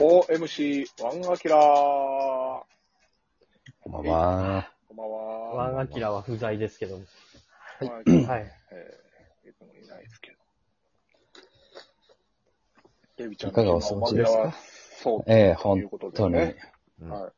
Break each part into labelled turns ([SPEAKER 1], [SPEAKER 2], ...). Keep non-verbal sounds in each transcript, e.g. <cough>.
[SPEAKER 1] OMC、ワンアキラー。こ
[SPEAKER 2] こんばんは。
[SPEAKER 1] んばんは。
[SPEAKER 3] ワンアキラは不在ですけども。
[SPEAKER 1] ワンアキラ。
[SPEAKER 3] はい。
[SPEAKER 1] えーいつもいないですけど。デビちゃん
[SPEAKER 2] いかがお過ごしですか
[SPEAKER 1] ワンアキラはそう。
[SPEAKER 2] ええ、
[SPEAKER 1] と
[SPEAKER 2] 本
[SPEAKER 1] いうことで
[SPEAKER 2] 当に。
[SPEAKER 1] ね。
[SPEAKER 4] うん
[SPEAKER 1] はい。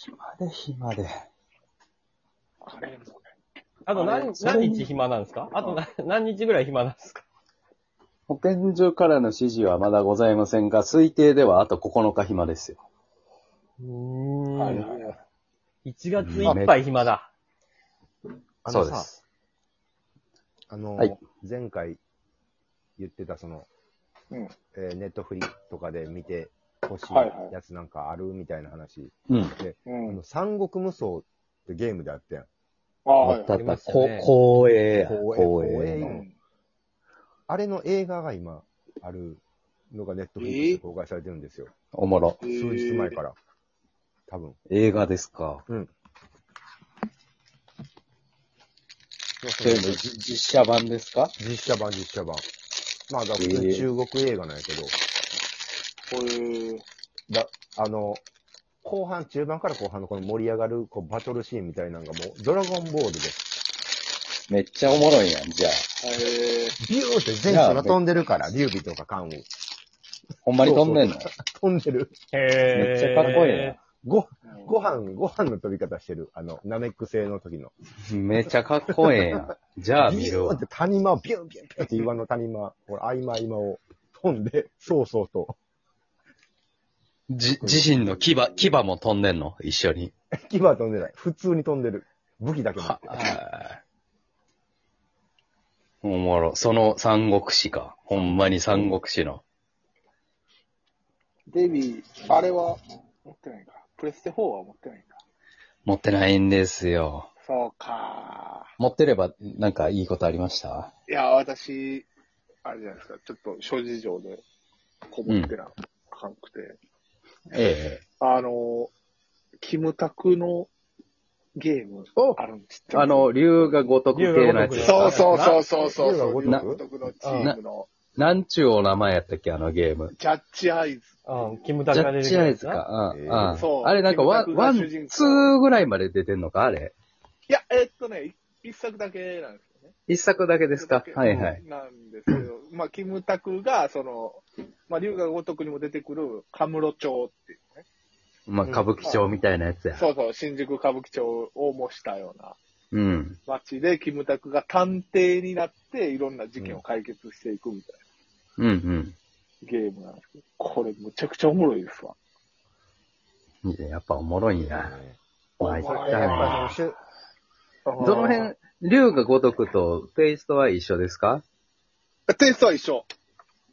[SPEAKER 2] 暇で暇で。
[SPEAKER 1] あれも
[SPEAKER 3] あと
[SPEAKER 1] あ
[SPEAKER 3] 何
[SPEAKER 1] れ、それ
[SPEAKER 3] 何日暇なんですかあとな <laughs> 何日ぐらい暇なんですか
[SPEAKER 2] 保健所からの指示はまだございませんが、推定ではあと9日暇ですよ。
[SPEAKER 3] う
[SPEAKER 1] ね、はい
[SPEAKER 3] ーん。
[SPEAKER 1] はいはい。
[SPEAKER 3] 1月いっぱい暇だ。
[SPEAKER 4] あ
[SPEAKER 2] そ
[SPEAKER 4] の
[SPEAKER 2] うで
[SPEAKER 4] さ、
[SPEAKER 2] す。
[SPEAKER 4] あの、
[SPEAKER 2] はい
[SPEAKER 4] 前回言ってた、その、
[SPEAKER 1] うん。
[SPEAKER 4] えーネットフリとかで見てほしい
[SPEAKER 1] はいはい
[SPEAKER 4] やつなんかあるみたいな話。
[SPEAKER 2] うん。
[SPEAKER 1] う
[SPEAKER 4] あ
[SPEAKER 1] ん
[SPEAKER 4] の、。三国無双ってゲームであったやん。
[SPEAKER 1] ああ、はい。
[SPEAKER 2] た
[SPEAKER 3] ありま
[SPEAKER 2] だ、
[SPEAKER 3] したね
[SPEAKER 2] こ光栄や。
[SPEAKER 4] 光栄
[SPEAKER 2] 光
[SPEAKER 1] う
[SPEAKER 2] 栄
[SPEAKER 4] 光
[SPEAKER 2] の
[SPEAKER 4] 栄
[SPEAKER 1] ん
[SPEAKER 4] あれの映画が今、あるのがネットフリで公開されてるんですよ。
[SPEAKER 2] おもろ。
[SPEAKER 1] えー
[SPEAKER 4] 数日前から。多分。
[SPEAKER 2] 映画ですか。全部実写版ですか
[SPEAKER 4] 実写版、実写版。まあ、だから
[SPEAKER 2] えー
[SPEAKER 4] 普通に中国映画なんやけど、
[SPEAKER 1] こういう、
[SPEAKER 4] だあの、後半、中盤から後半のこの盛り上がるこうバトルシーンみたいなのがもう、ドラゴンボールで
[SPEAKER 2] めっちゃおもろいやん、じゃあ。
[SPEAKER 1] え
[SPEAKER 4] ビューって全空飛んでるから、劉備とか関羽。
[SPEAKER 2] ほんまに飛んでんの
[SPEAKER 4] 飛んでる。
[SPEAKER 3] へえ。
[SPEAKER 2] めっちゃかっこいいな。
[SPEAKER 4] ご、
[SPEAKER 1] ー、
[SPEAKER 4] ご飯、ご飯の飛び方してる。あの、ナメック星の時の。
[SPEAKER 2] めっちゃかっこええやん。じゃあ
[SPEAKER 4] ビ
[SPEAKER 2] 見
[SPEAKER 4] ュ
[SPEAKER 2] る
[SPEAKER 4] ー
[SPEAKER 2] わ
[SPEAKER 4] って。谷間をビュンビュンビュンって岩の谷間、ほら、合間合間を飛んで、そうそうと。
[SPEAKER 2] じ、自身の牙、牙も飛んでんの一緒に。
[SPEAKER 4] 牙は飛んでない。普通に飛んでる。武器だけ持っ
[SPEAKER 2] は
[SPEAKER 4] て。
[SPEAKER 2] あーおもろ。その三国志か。ほんまに三国志の。
[SPEAKER 1] デビー、あれは持ってないか。プレステ4は持ってないか。
[SPEAKER 2] 持ってないんですよ。
[SPEAKER 1] そうか
[SPEAKER 2] 持ってれば、なんかいいことありました
[SPEAKER 1] いや、私、あれじゃないですか。ちょっと諸事情で、こもってな、あかんくて。
[SPEAKER 2] え
[SPEAKER 1] あの、キムタクのゲーム
[SPEAKER 2] お
[SPEAKER 1] あるんですって
[SPEAKER 2] え。あの、竜が如く系のや
[SPEAKER 3] 竜
[SPEAKER 2] つ。
[SPEAKER 3] が
[SPEAKER 1] そ
[SPEAKER 3] 如
[SPEAKER 1] うそうそうそうそうそ
[SPEAKER 4] な
[SPEAKER 1] う、
[SPEAKER 4] な
[SPEAKER 1] 独特のチームの
[SPEAKER 2] なんちゅうお名前やったっけ、あのゲーム。
[SPEAKER 1] ジャッジアイズ。
[SPEAKER 3] うん、キム
[SPEAKER 2] ジ
[SPEAKER 3] タク
[SPEAKER 2] ャ
[SPEAKER 3] が出
[SPEAKER 2] ッ
[SPEAKER 3] て
[SPEAKER 2] ジ
[SPEAKER 3] る
[SPEAKER 2] ア
[SPEAKER 3] や
[SPEAKER 2] イ
[SPEAKER 3] つ
[SPEAKER 2] ズ
[SPEAKER 3] な
[SPEAKER 2] か。うん
[SPEAKER 4] ええ
[SPEAKER 2] うん
[SPEAKER 1] そう
[SPEAKER 2] あれなんかワ
[SPEAKER 1] キ
[SPEAKER 2] ン、
[SPEAKER 1] ムタ
[SPEAKER 2] ワ
[SPEAKER 1] クが主人
[SPEAKER 2] ン、
[SPEAKER 1] 公
[SPEAKER 2] ツーぐらいまで出てんのか、あれ。
[SPEAKER 1] いや、えっとね、い一作だけなんですよね。
[SPEAKER 2] 一作だけですか
[SPEAKER 1] 一作だ
[SPEAKER 2] は
[SPEAKER 1] け
[SPEAKER 2] いはい。
[SPEAKER 1] なんですけど、まあ、キムタクが、その、まあ、龍が如くにも出てくる、カムロ町っていうね。
[SPEAKER 2] まあ、歌舞伎町みたいなやつや。
[SPEAKER 1] そうそう、新宿歌舞伎町を模したような
[SPEAKER 2] うん。
[SPEAKER 1] 街で、キムタクが探偵になって、いろんな事件を解決していくみたいな。
[SPEAKER 2] うんうん。
[SPEAKER 1] ゲームなんですけど、これむちゃくちゃおもろいですわ。
[SPEAKER 2] いややっぱおもろいんや。まあ、一
[SPEAKER 1] おもろ
[SPEAKER 2] 回
[SPEAKER 1] い
[SPEAKER 4] やっ
[SPEAKER 2] も。
[SPEAKER 4] ぱりそのしゅ
[SPEAKER 2] どの辺、竜が如くとテイストは一緒ですか
[SPEAKER 1] テイストは一緒。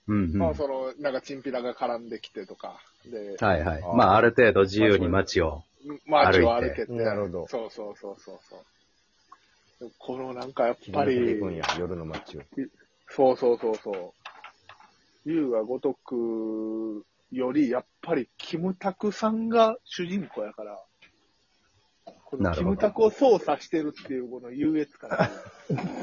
[SPEAKER 2] うんうん。
[SPEAKER 1] まあ、
[SPEAKER 2] は
[SPEAKER 1] その、なんかチンピラが絡んできてとか、で、
[SPEAKER 2] いはい
[SPEAKER 4] あ。ー
[SPEAKER 2] まあ、ある程度自由に街を。
[SPEAKER 1] マーチを
[SPEAKER 2] 歩い
[SPEAKER 1] 歩
[SPEAKER 2] て
[SPEAKER 1] けて。
[SPEAKER 4] なるほど
[SPEAKER 1] そうそうそうそうそう。このなんかやっ
[SPEAKER 4] 気
[SPEAKER 1] ぱ
[SPEAKER 4] 分で
[SPEAKER 1] り
[SPEAKER 4] 行、くんや、夜の街を。
[SPEAKER 1] そうそうそうそう。竜が如くより、やっぱりキムタクさんが主人公やから、この
[SPEAKER 2] なる
[SPEAKER 1] キ
[SPEAKER 2] ほど
[SPEAKER 1] ムタクを操作してるっていうこの優越感。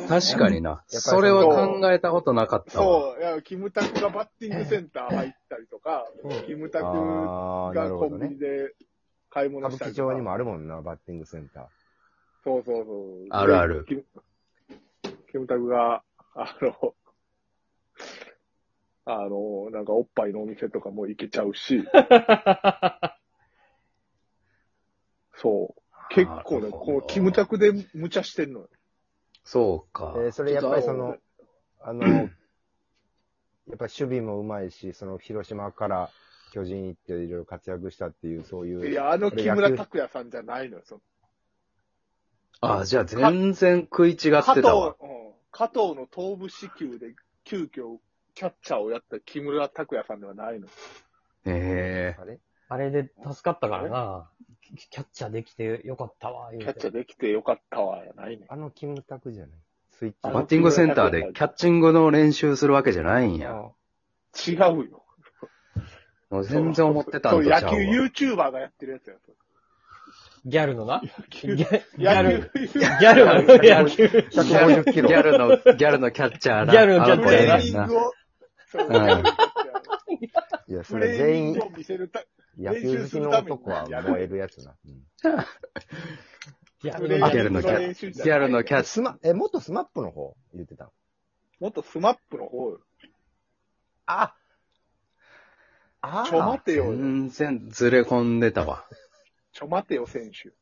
[SPEAKER 2] 確かにな。
[SPEAKER 4] やっぱり
[SPEAKER 2] それは考えたことなかったわ。
[SPEAKER 1] そう、いや、キムタクがバッティングセンター入ったりとか、キムタク
[SPEAKER 4] あー、な
[SPEAKER 1] が
[SPEAKER 4] るほ
[SPEAKER 1] コ
[SPEAKER 4] ど
[SPEAKER 1] ンビ
[SPEAKER 4] ね
[SPEAKER 1] ニ。で買い
[SPEAKER 4] 歌
[SPEAKER 1] 物
[SPEAKER 4] 舞
[SPEAKER 1] した
[SPEAKER 4] 伎
[SPEAKER 1] りと
[SPEAKER 4] 町
[SPEAKER 1] か。
[SPEAKER 4] にもあるもんな、バッティングセンター。
[SPEAKER 1] そうそうそう。
[SPEAKER 2] あるある
[SPEAKER 1] でキムキムタクが、あの、あの、なんかおっぱいのお店とかも行けちゃう
[SPEAKER 2] <laughs>
[SPEAKER 1] し、そう。結構ね、このキムタクで無茶してんのよ。
[SPEAKER 2] そうか
[SPEAKER 4] え。ーそれやっぱりその、
[SPEAKER 1] <clears throat>
[SPEAKER 4] あの、やっぱ守備もうまいし、その広島から巨人行っていろいろ活躍したっていう、そういう。
[SPEAKER 1] いや、あの
[SPEAKER 4] これ
[SPEAKER 1] 木
[SPEAKER 4] 野球
[SPEAKER 1] 村拓哉さんじゃないのよ。その
[SPEAKER 2] あ、じゃあ全然食い違っ
[SPEAKER 1] 加
[SPEAKER 2] て
[SPEAKER 1] 藤、
[SPEAKER 2] たわ。
[SPEAKER 1] うん加藤の頭部死球で急遽キャッチャーをやった木村拓哉さんではないのよ。
[SPEAKER 2] へえ。
[SPEAKER 4] あれ
[SPEAKER 3] あれで助かったからな。キキャッチャーできてよかったわ、
[SPEAKER 1] キ
[SPEAKER 3] 言
[SPEAKER 1] ャ
[SPEAKER 3] う
[SPEAKER 1] ッチャ
[SPEAKER 3] て
[SPEAKER 1] ー。できてよかったわ、やないね。
[SPEAKER 4] あのキムタクじゃないスイッチ
[SPEAKER 1] あ
[SPEAKER 2] バ
[SPEAKER 1] の
[SPEAKER 2] ッティングセンターでキャッチングの練習するわけじゃないんや。
[SPEAKER 1] 違うよ。
[SPEAKER 2] もう全然思ってた
[SPEAKER 1] そ
[SPEAKER 2] ん
[SPEAKER 1] う、
[SPEAKER 2] とちゃう
[SPEAKER 1] 野
[SPEAKER 2] わ。
[SPEAKER 1] 球 YouTuber がやってるやつや。
[SPEAKER 3] ギャルのな。ギャギャ
[SPEAKER 1] 野
[SPEAKER 3] ル。
[SPEAKER 1] 球、ギ
[SPEAKER 3] ギャルの野球。
[SPEAKER 2] ギャルギャルの、ギャルのキャッチャーな。
[SPEAKER 3] ギャルのキャッ
[SPEAKER 2] あ
[SPEAKER 3] チャー
[SPEAKER 2] の子え
[SPEAKER 3] や
[SPEAKER 2] えや
[SPEAKER 3] な
[SPEAKER 1] ラ
[SPEAKER 2] ん
[SPEAKER 1] ンニン
[SPEAKER 2] な
[SPEAKER 1] グを、そう、
[SPEAKER 2] ん
[SPEAKER 1] ギャルのキャッチャー
[SPEAKER 4] いや、そ
[SPEAKER 1] プ
[SPEAKER 4] れ
[SPEAKER 1] レイ
[SPEAKER 4] 全
[SPEAKER 1] ン
[SPEAKER 4] 員
[SPEAKER 1] グを見せるた、
[SPEAKER 4] 野球好きの男は燃えるやつな。うん
[SPEAKER 3] いや、
[SPEAKER 1] プレイ
[SPEAKER 2] ギャル
[SPEAKER 1] ング
[SPEAKER 2] のキャ
[SPEAKER 1] 練習
[SPEAKER 2] ギ
[SPEAKER 1] じゃない
[SPEAKER 2] ャルのキャッチ。
[SPEAKER 4] スマ、え、元スマップの方言ってたの
[SPEAKER 1] もっとスマップの方よ。
[SPEAKER 4] ああ
[SPEAKER 1] ちょ待てよ。
[SPEAKER 2] 全然ずれ込んでたわ。
[SPEAKER 1] ちょ待てよ、選手。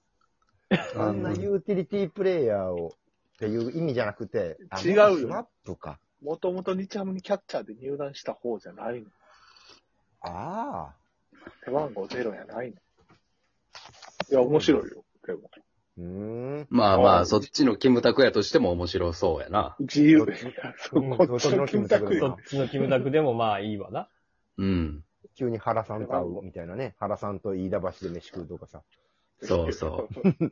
[SPEAKER 4] あんなユーティリティプレイヤーをっていう意味じゃなくて、あ
[SPEAKER 1] 違うよ
[SPEAKER 4] 元スマップか。
[SPEAKER 1] もともと日ハムにキャッチャーで入団した方じゃないの。
[SPEAKER 4] ああ。
[SPEAKER 1] 手番号ゼロやないの。いや、面白いよ。でも。
[SPEAKER 4] うーん。
[SPEAKER 2] まあま
[SPEAKER 1] う
[SPEAKER 2] あ、
[SPEAKER 1] ん
[SPEAKER 2] そっちのキムタクやとしても面白そうやな。
[SPEAKER 1] 自由
[SPEAKER 4] どっ
[SPEAKER 1] で
[SPEAKER 4] ち。
[SPEAKER 1] そうこっちの金額
[SPEAKER 3] ど
[SPEAKER 1] よ。
[SPEAKER 3] っ。ちのキムタクでもまあいいわな。
[SPEAKER 2] うん。
[SPEAKER 4] 急に原さんと会うみたいなね。原さんと飯田橋で飯食うとかさ。
[SPEAKER 2] そうそう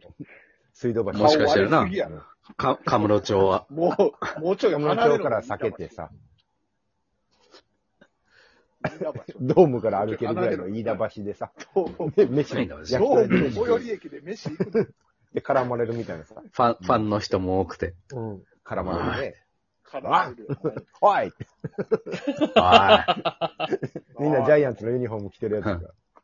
[SPEAKER 4] 水道橋
[SPEAKER 2] もしかしてるな
[SPEAKER 1] 顔割れすぎや
[SPEAKER 2] か、カムロ町は。
[SPEAKER 1] もう、もうちょい
[SPEAKER 4] 友
[SPEAKER 1] 離れ
[SPEAKER 4] 達
[SPEAKER 1] ろ
[SPEAKER 4] から避けて。さ、
[SPEAKER 1] 飯田橋
[SPEAKER 4] ドームから歩けるぐらいの飯田橋でさ、
[SPEAKER 1] どう
[SPEAKER 4] で飯
[SPEAKER 2] ない
[SPEAKER 4] 焼
[SPEAKER 2] んだ
[SPEAKER 4] き
[SPEAKER 2] いや
[SPEAKER 1] どう
[SPEAKER 4] 鳥
[SPEAKER 1] も
[SPEAKER 4] で
[SPEAKER 1] 最寄り駅で飯行くの
[SPEAKER 4] で絡まれるみたいなさ、
[SPEAKER 2] ファン、ファンの人も多く <laughs> て。
[SPEAKER 3] うん。
[SPEAKER 4] 絡まれるね。
[SPEAKER 1] から入るよね
[SPEAKER 4] おい
[SPEAKER 2] あ
[SPEAKER 4] <laughs> みんなジャイアンツのユニフォーム着てるやつが、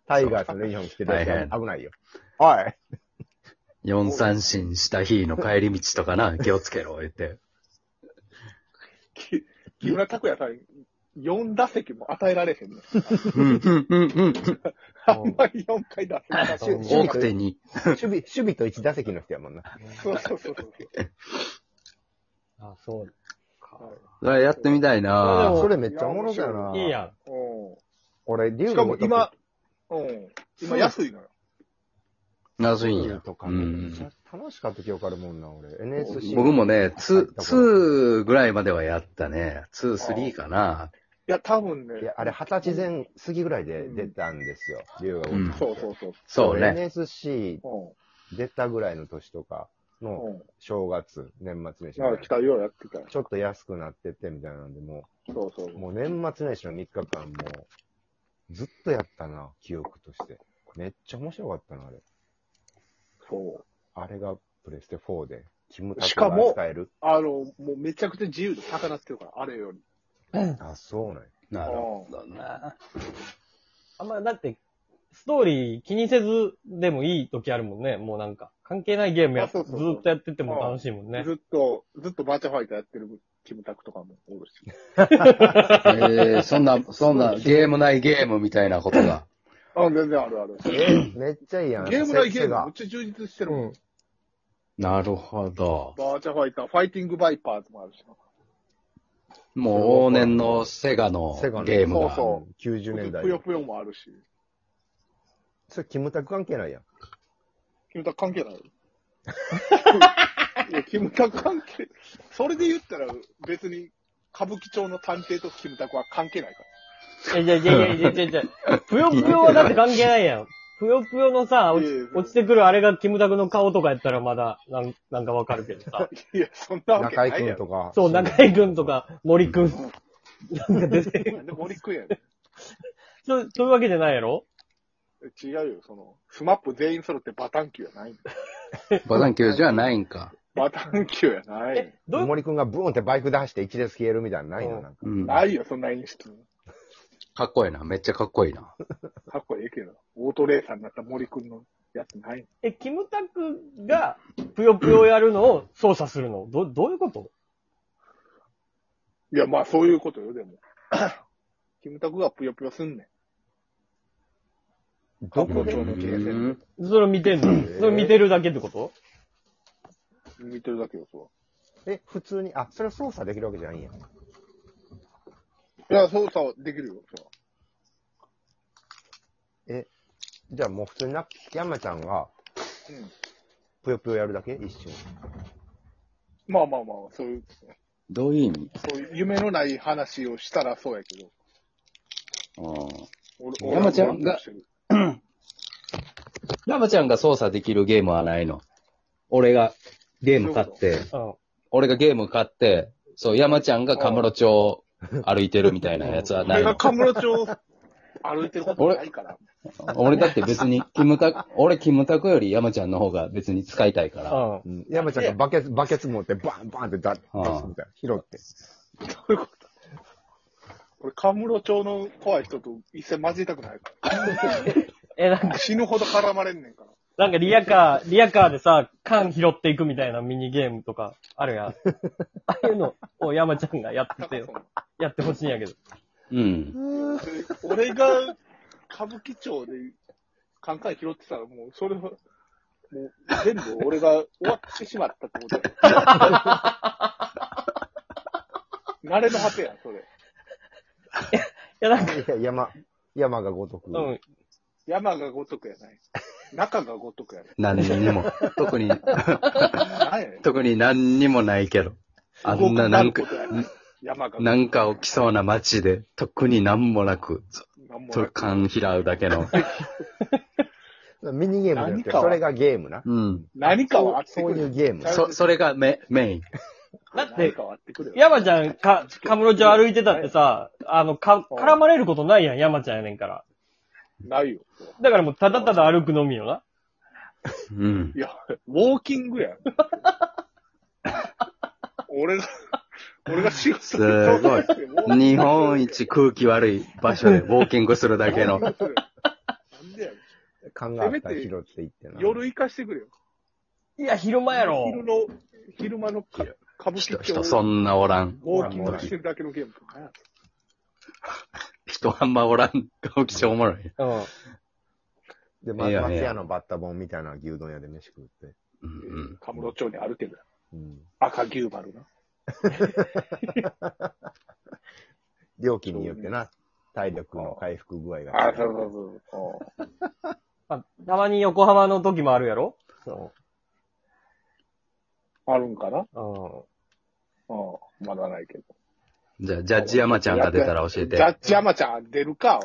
[SPEAKER 4] タイガースのユニフォーム着てるやつ
[SPEAKER 2] はいは
[SPEAKER 4] が危ないよ。おい
[SPEAKER 2] い。4三振した日の帰り道とかな、気をつけろ、言って。
[SPEAKER 1] き木村拓哉さん、4打席も与えられ
[SPEAKER 4] <laughs>
[SPEAKER 1] へんの。
[SPEAKER 2] うん、うん、うん、うん。
[SPEAKER 1] あんまり4回出せ
[SPEAKER 4] <laughs>
[SPEAKER 1] なかった。
[SPEAKER 3] うん
[SPEAKER 2] 多くて2。
[SPEAKER 4] <laughs> 守備、守備と1打席の人やもんな。
[SPEAKER 1] そうそうそうそう。
[SPEAKER 3] あ、そうか。
[SPEAKER 2] それやってみたいな
[SPEAKER 4] それめっちゃおもろそうやな。
[SPEAKER 3] いいやん。
[SPEAKER 1] う
[SPEAKER 4] 俺、竜
[SPEAKER 1] ん。しかも今、、うん。今安いのよ。
[SPEAKER 2] なずいん
[SPEAKER 4] 竜
[SPEAKER 2] や。
[SPEAKER 4] とか
[SPEAKER 2] う
[SPEAKER 4] ね、めっ
[SPEAKER 2] ん
[SPEAKER 4] ち。ゃ楽しかった記憶あるもんな、俺。NSC。
[SPEAKER 2] 僕もね、
[SPEAKER 4] 入っ
[SPEAKER 2] 2、
[SPEAKER 4] た頃
[SPEAKER 2] 2ぐらいまではやったね。2、3かな。
[SPEAKER 1] いや、多分
[SPEAKER 4] い
[SPEAKER 1] ね
[SPEAKER 4] や、。あれ、二十歳前過ぎぐらいで出たんですよ、竜が。
[SPEAKER 2] うん
[SPEAKER 1] そうそうそう。
[SPEAKER 2] そうね。
[SPEAKER 4] NSC 出たぐらいの年とか
[SPEAKER 1] うん。
[SPEAKER 4] の
[SPEAKER 1] うん。
[SPEAKER 4] 正月、年末年始みたい
[SPEAKER 1] なん
[SPEAKER 4] な
[SPEAKER 1] か。期待をやってたよ。
[SPEAKER 4] ちょっと安くなっててみたいなんで、も
[SPEAKER 1] そうそう
[SPEAKER 4] う、。もう年末年始の3日間、もう、ずっとやったな、記憶として。めっちゃ面白かったな、あれ。
[SPEAKER 1] そう。
[SPEAKER 4] あれがプレステ4で、キムタ
[SPEAKER 1] し
[SPEAKER 4] ク
[SPEAKER 1] か
[SPEAKER 4] が
[SPEAKER 1] も
[SPEAKER 4] 使える。
[SPEAKER 1] あの、もうめちゃくちゃ自由で高鳴ってるから、あれより。
[SPEAKER 4] あ、そうなんや。
[SPEAKER 2] なるほどな。
[SPEAKER 3] あんまだって、ストーリー気にせずでもいい時あるもんね。もうなんか、関係ないゲームや
[SPEAKER 1] あ
[SPEAKER 3] ず
[SPEAKER 1] そ
[SPEAKER 3] ー
[SPEAKER 1] うそうそう
[SPEAKER 3] っとやってても楽しいもんね。
[SPEAKER 1] ずっと、ずっとバーチャファイターやってるキムタクとかもお
[SPEAKER 4] <laughs>
[SPEAKER 1] るし。
[SPEAKER 2] えー、そんな、そんな、ゲームないゲームみたいなことが。
[SPEAKER 1] あ、全然あ
[SPEAKER 4] <laughs>
[SPEAKER 1] るある。
[SPEAKER 4] めっちゃいいやん。
[SPEAKER 1] ゲームないゲー
[SPEAKER 4] セ
[SPEAKER 1] ム、め
[SPEAKER 4] ガ
[SPEAKER 1] っ。ちゃ充実してるもん。
[SPEAKER 2] なるほど。
[SPEAKER 1] バーチャファイター、ファイティングバイパーズもあるし。
[SPEAKER 2] もう往年のセガの
[SPEAKER 4] セガの
[SPEAKER 2] ゲームが。
[SPEAKER 1] そう
[SPEAKER 4] うん90年代
[SPEAKER 1] ぷ。よぷよもあるし。
[SPEAKER 4] それ、キムタク関係ないやん。
[SPEAKER 1] キムタク関係ないいや、キムタク関係、それで言ったら別に歌舞伎町の探偵とキムタクは関係ないか
[SPEAKER 3] いやいやいやいやいやいやいや。ぷよぷよはだって関係ないやん。ぷよぷよのさ、落
[SPEAKER 1] いやい
[SPEAKER 3] ち
[SPEAKER 1] やいや
[SPEAKER 3] 落ちてくるあれがキムタクの顔とかやったらまだ、なんなんかわかるけどさ。
[SPEAKER 1] ら。いや、そんなわけ
[SPEAKER 4] 中
[SPEAKER 1] な
[SPEAKER 4] 井
[SPEAKER 1] い
[SPEAKER 4] く
[SPEAKER 1] や
[SPEAKER 4] んと
[SPEAKER 1] ろ。
[SPEAKER 4] か。
[SPEAKER 3] そう、中井くんとか森くん。なんか出て
[SPEAKER 1] なんで森くんやねん。
[SPEAKER 3] <laughs> そう、そういうわけじゃないやろ
[SPEAKER 1] 違うよ、その、スマップ全員揃ってバタンキューやないんだよ
[SPEAKER 2] バタン級じゃないんか。
[SPEAKER 1] バタンキューやないよ。
[SPEAKER 3] どういう
[SPEAKER 4] 森くんがブーンってバイクで走って一列消えるみたいなのないのなんか。
[SPEAKER 2] うん。
[SPEAKER 1] ないよ、そんな演出。
[SPEAKER 2] かっこいいな。めっちゃかっこいいな。
[SPEAKER 1] かっこええけど、オートレーサーになった森くんのやつない
[SPEAKER 3] え、キムタクがぷよぷよやるのを操作するのど、どういうこと
[SPEAKER 1] いや、まあそういうことよ、でも。 <coughs> キムタクがぷよぷよすんねん。
[SPEAKER 4] どこで
[SPEAKER 1] う
[SPEAKER 2] うん
[SPEAKER 1] ん
[SPEAKER 3] それを見てんの、
[SPEAKER 4] ー
[SPEAKER 3] それを見てるだけってこと
[SPEAKER 1] 見てるだけよ、そ
[SPEAKER 4] え、普通に、あ、それは操作できるわけじゃないんや。
[SPEAKER 1] う。いや、操作はできるよ、そう。
[SPEAKER 4] じゃあもう普通にな、山ちゃんが、
[SPEAKER 1] うん
[SPEAKER 4] ぷよぷよやるだけ一瞬。
[SPEAKER 1] まあまあまあ、そういう、
[SPEAKER 2] どういう意味
[SPEAKER 1] そういう夢のない話をしたらそうやけど。
[SPEAKER 2] あー
[SPEAKER 1] 俺
[SPEAKER 2] 山ちゃんが。ラマちゃんが操作できるゲームはないの。俺がゲーム買って、
[SPEAKER 3] うん。
[SPEAKER 2] 俺がゲーム買って、そう、山ちゃんがカムロ <laughs> 町歩いてるみたいなやつはな
[SPEAKER 1] 俺
[SPEAKER 2] い
[SPEAKER 1] が
[SPEAKER 2] の。
[SPEAKER 1] カムロ町歩いてることないから。
[SPEAKER 2] 俺だって別に、キムタク、俺キムタクより山ちゃんの方が別に使いたいから。
[SPEAKER 3] うん。
[SPEAKER 4] うん。山ちゃんがバケツ、バケツ持ってバンバンってだ出すみたいな。拾って。
[SPEAKER 1] そういうこと。俺、カムロ町の怖い人と一戦交じりたくないか。
[SPEAKER 3] え、なんから
[SPEAKER 1] 死ぬほど絡まれんねんから。
[SPEAKER 3] なんかリアカー、リアカーでさ、缶拾っていくみたいなミニゲームとかあ <laughs> るやん。ああいうのを山ちゃんがやってて、やってほしいんやけど。
[SPEAKER 2] うん。
[SPEAKER 1] 俺が歌舞伎町でカンカン拾ってたら、もうそれは、もう全部俺が終わってしまったってことだよ。慣れの果てやん、それ。
[SPEAKER 3] いや、なんか、
[SPEAKER 4] いや、山、山がごとく。
[SPEAKER 3] うん。
[SPEAKER 1] 山がごとくやない。中がごとくやない。
[SPEAKER 2] 何に <laughs> も。特に、
[SPEAKER 1] なんやねん。
[SPEAKER 2] 特に何にもないけど。あんななんか
[SPEAKER 1] 動く、ことやい山が。
[SPEAKER 2] なんか起きそうな街で、特に何もなく、
[SPEAKER 1] なんも
[SPEAKER 2] そ
[SPEAKER 1] な
[SPEAKER 2] れ
[SPEAKER 1] く
[SPEAKER 2] 缶拾うだけ <laughs> の。
[SPEAKER 4] ミニゲームじゃなくて、
[SPEAKER 1] 何かは
[SPEAKER 4] それがゲームな。
[SPEAKER 2] うん。
[SPEAKER 1] 何かはあって
[SPEAKER 4] そ
[SPEAKER 1] く
[SPEAKER 4] うい
[SPEAKER 1] れ
[SPEAKER 4] う
[SPEAKER 1] よ。
[SPEAKER 4] ゲーム。
[SPEAKER 2] そ、それがメメイン。
[SPEAKER 3] だって
[SPEAKER 1] 何かはあってくれよ。
[SPEAKER 3] 山ちゃん、か、カムロ町歩いてたってさ、あの、か、絡まれることないやん、山ちゃんやねんから。
[SPEAKER 1] ないよ。
[SPEAKER 3] だからもう、ただただ歩くのみよな。
[SPEAKER 2] うん
[SPEAKER 1] い。や、ウォーキングやん。 <laughs> 俺が、俺が仕事
[SPEAKER 2] すごい。日本一空気悪い場所でウォーキングするだけの。 <laughs>
[SPEAKER 1] なんでやね
[SPEAKER 4] 勘があったら拾っていってな。
[SPEAKER 1] ん夜行かしてくれよ。
[SPEAKER 3] いや、昼間やろ。
[SPEAKER 1] 昼の、昼間のか歌舞伎
[SPEAKER 2] 人、
[SPEAKER 1] 町
[SPEAKER 2] 人そんなおらん。
[SPEAKER 1] ウォーキングしてるだけのゲームとかね。
[SPEAKER 2] 人あんまおらん。 <laughs> 顔気象おもろい。
[SPEAKER 3] うん。
[SPEAKER 4] で、
[SPEAKER 2] い
[SPEAKER 4] ま、
[SPEAKER 2] やいや
[SPEAKER 4] 松屋のバッタボンみたいな牛丼屋で飯食って。
[SPEAKER 2] うん
[SPEAKER 1] カムロ町にあるけど、
[SPEAKER 4] うん。
[SPEAKER 1] 赤牛丸な。
[SPEAKER 4] 料金によってな、体力の回復具合が。
[SPEAKER 1] あ、そうそうそう。
[SPEAKER 3] まあ、たまに横浜の時もあるやろそ
[SPEAKER 1] あるんかな
[SPEAKER 3] う。うん。
[SPEAKER 1] うん。まだないけど。
[SPEAKER 2] うん。じゃあ、ジャッジ山ちゃんが出たら教えて。
[SPEAKER 1] ジャッジ山ちゃん出るか。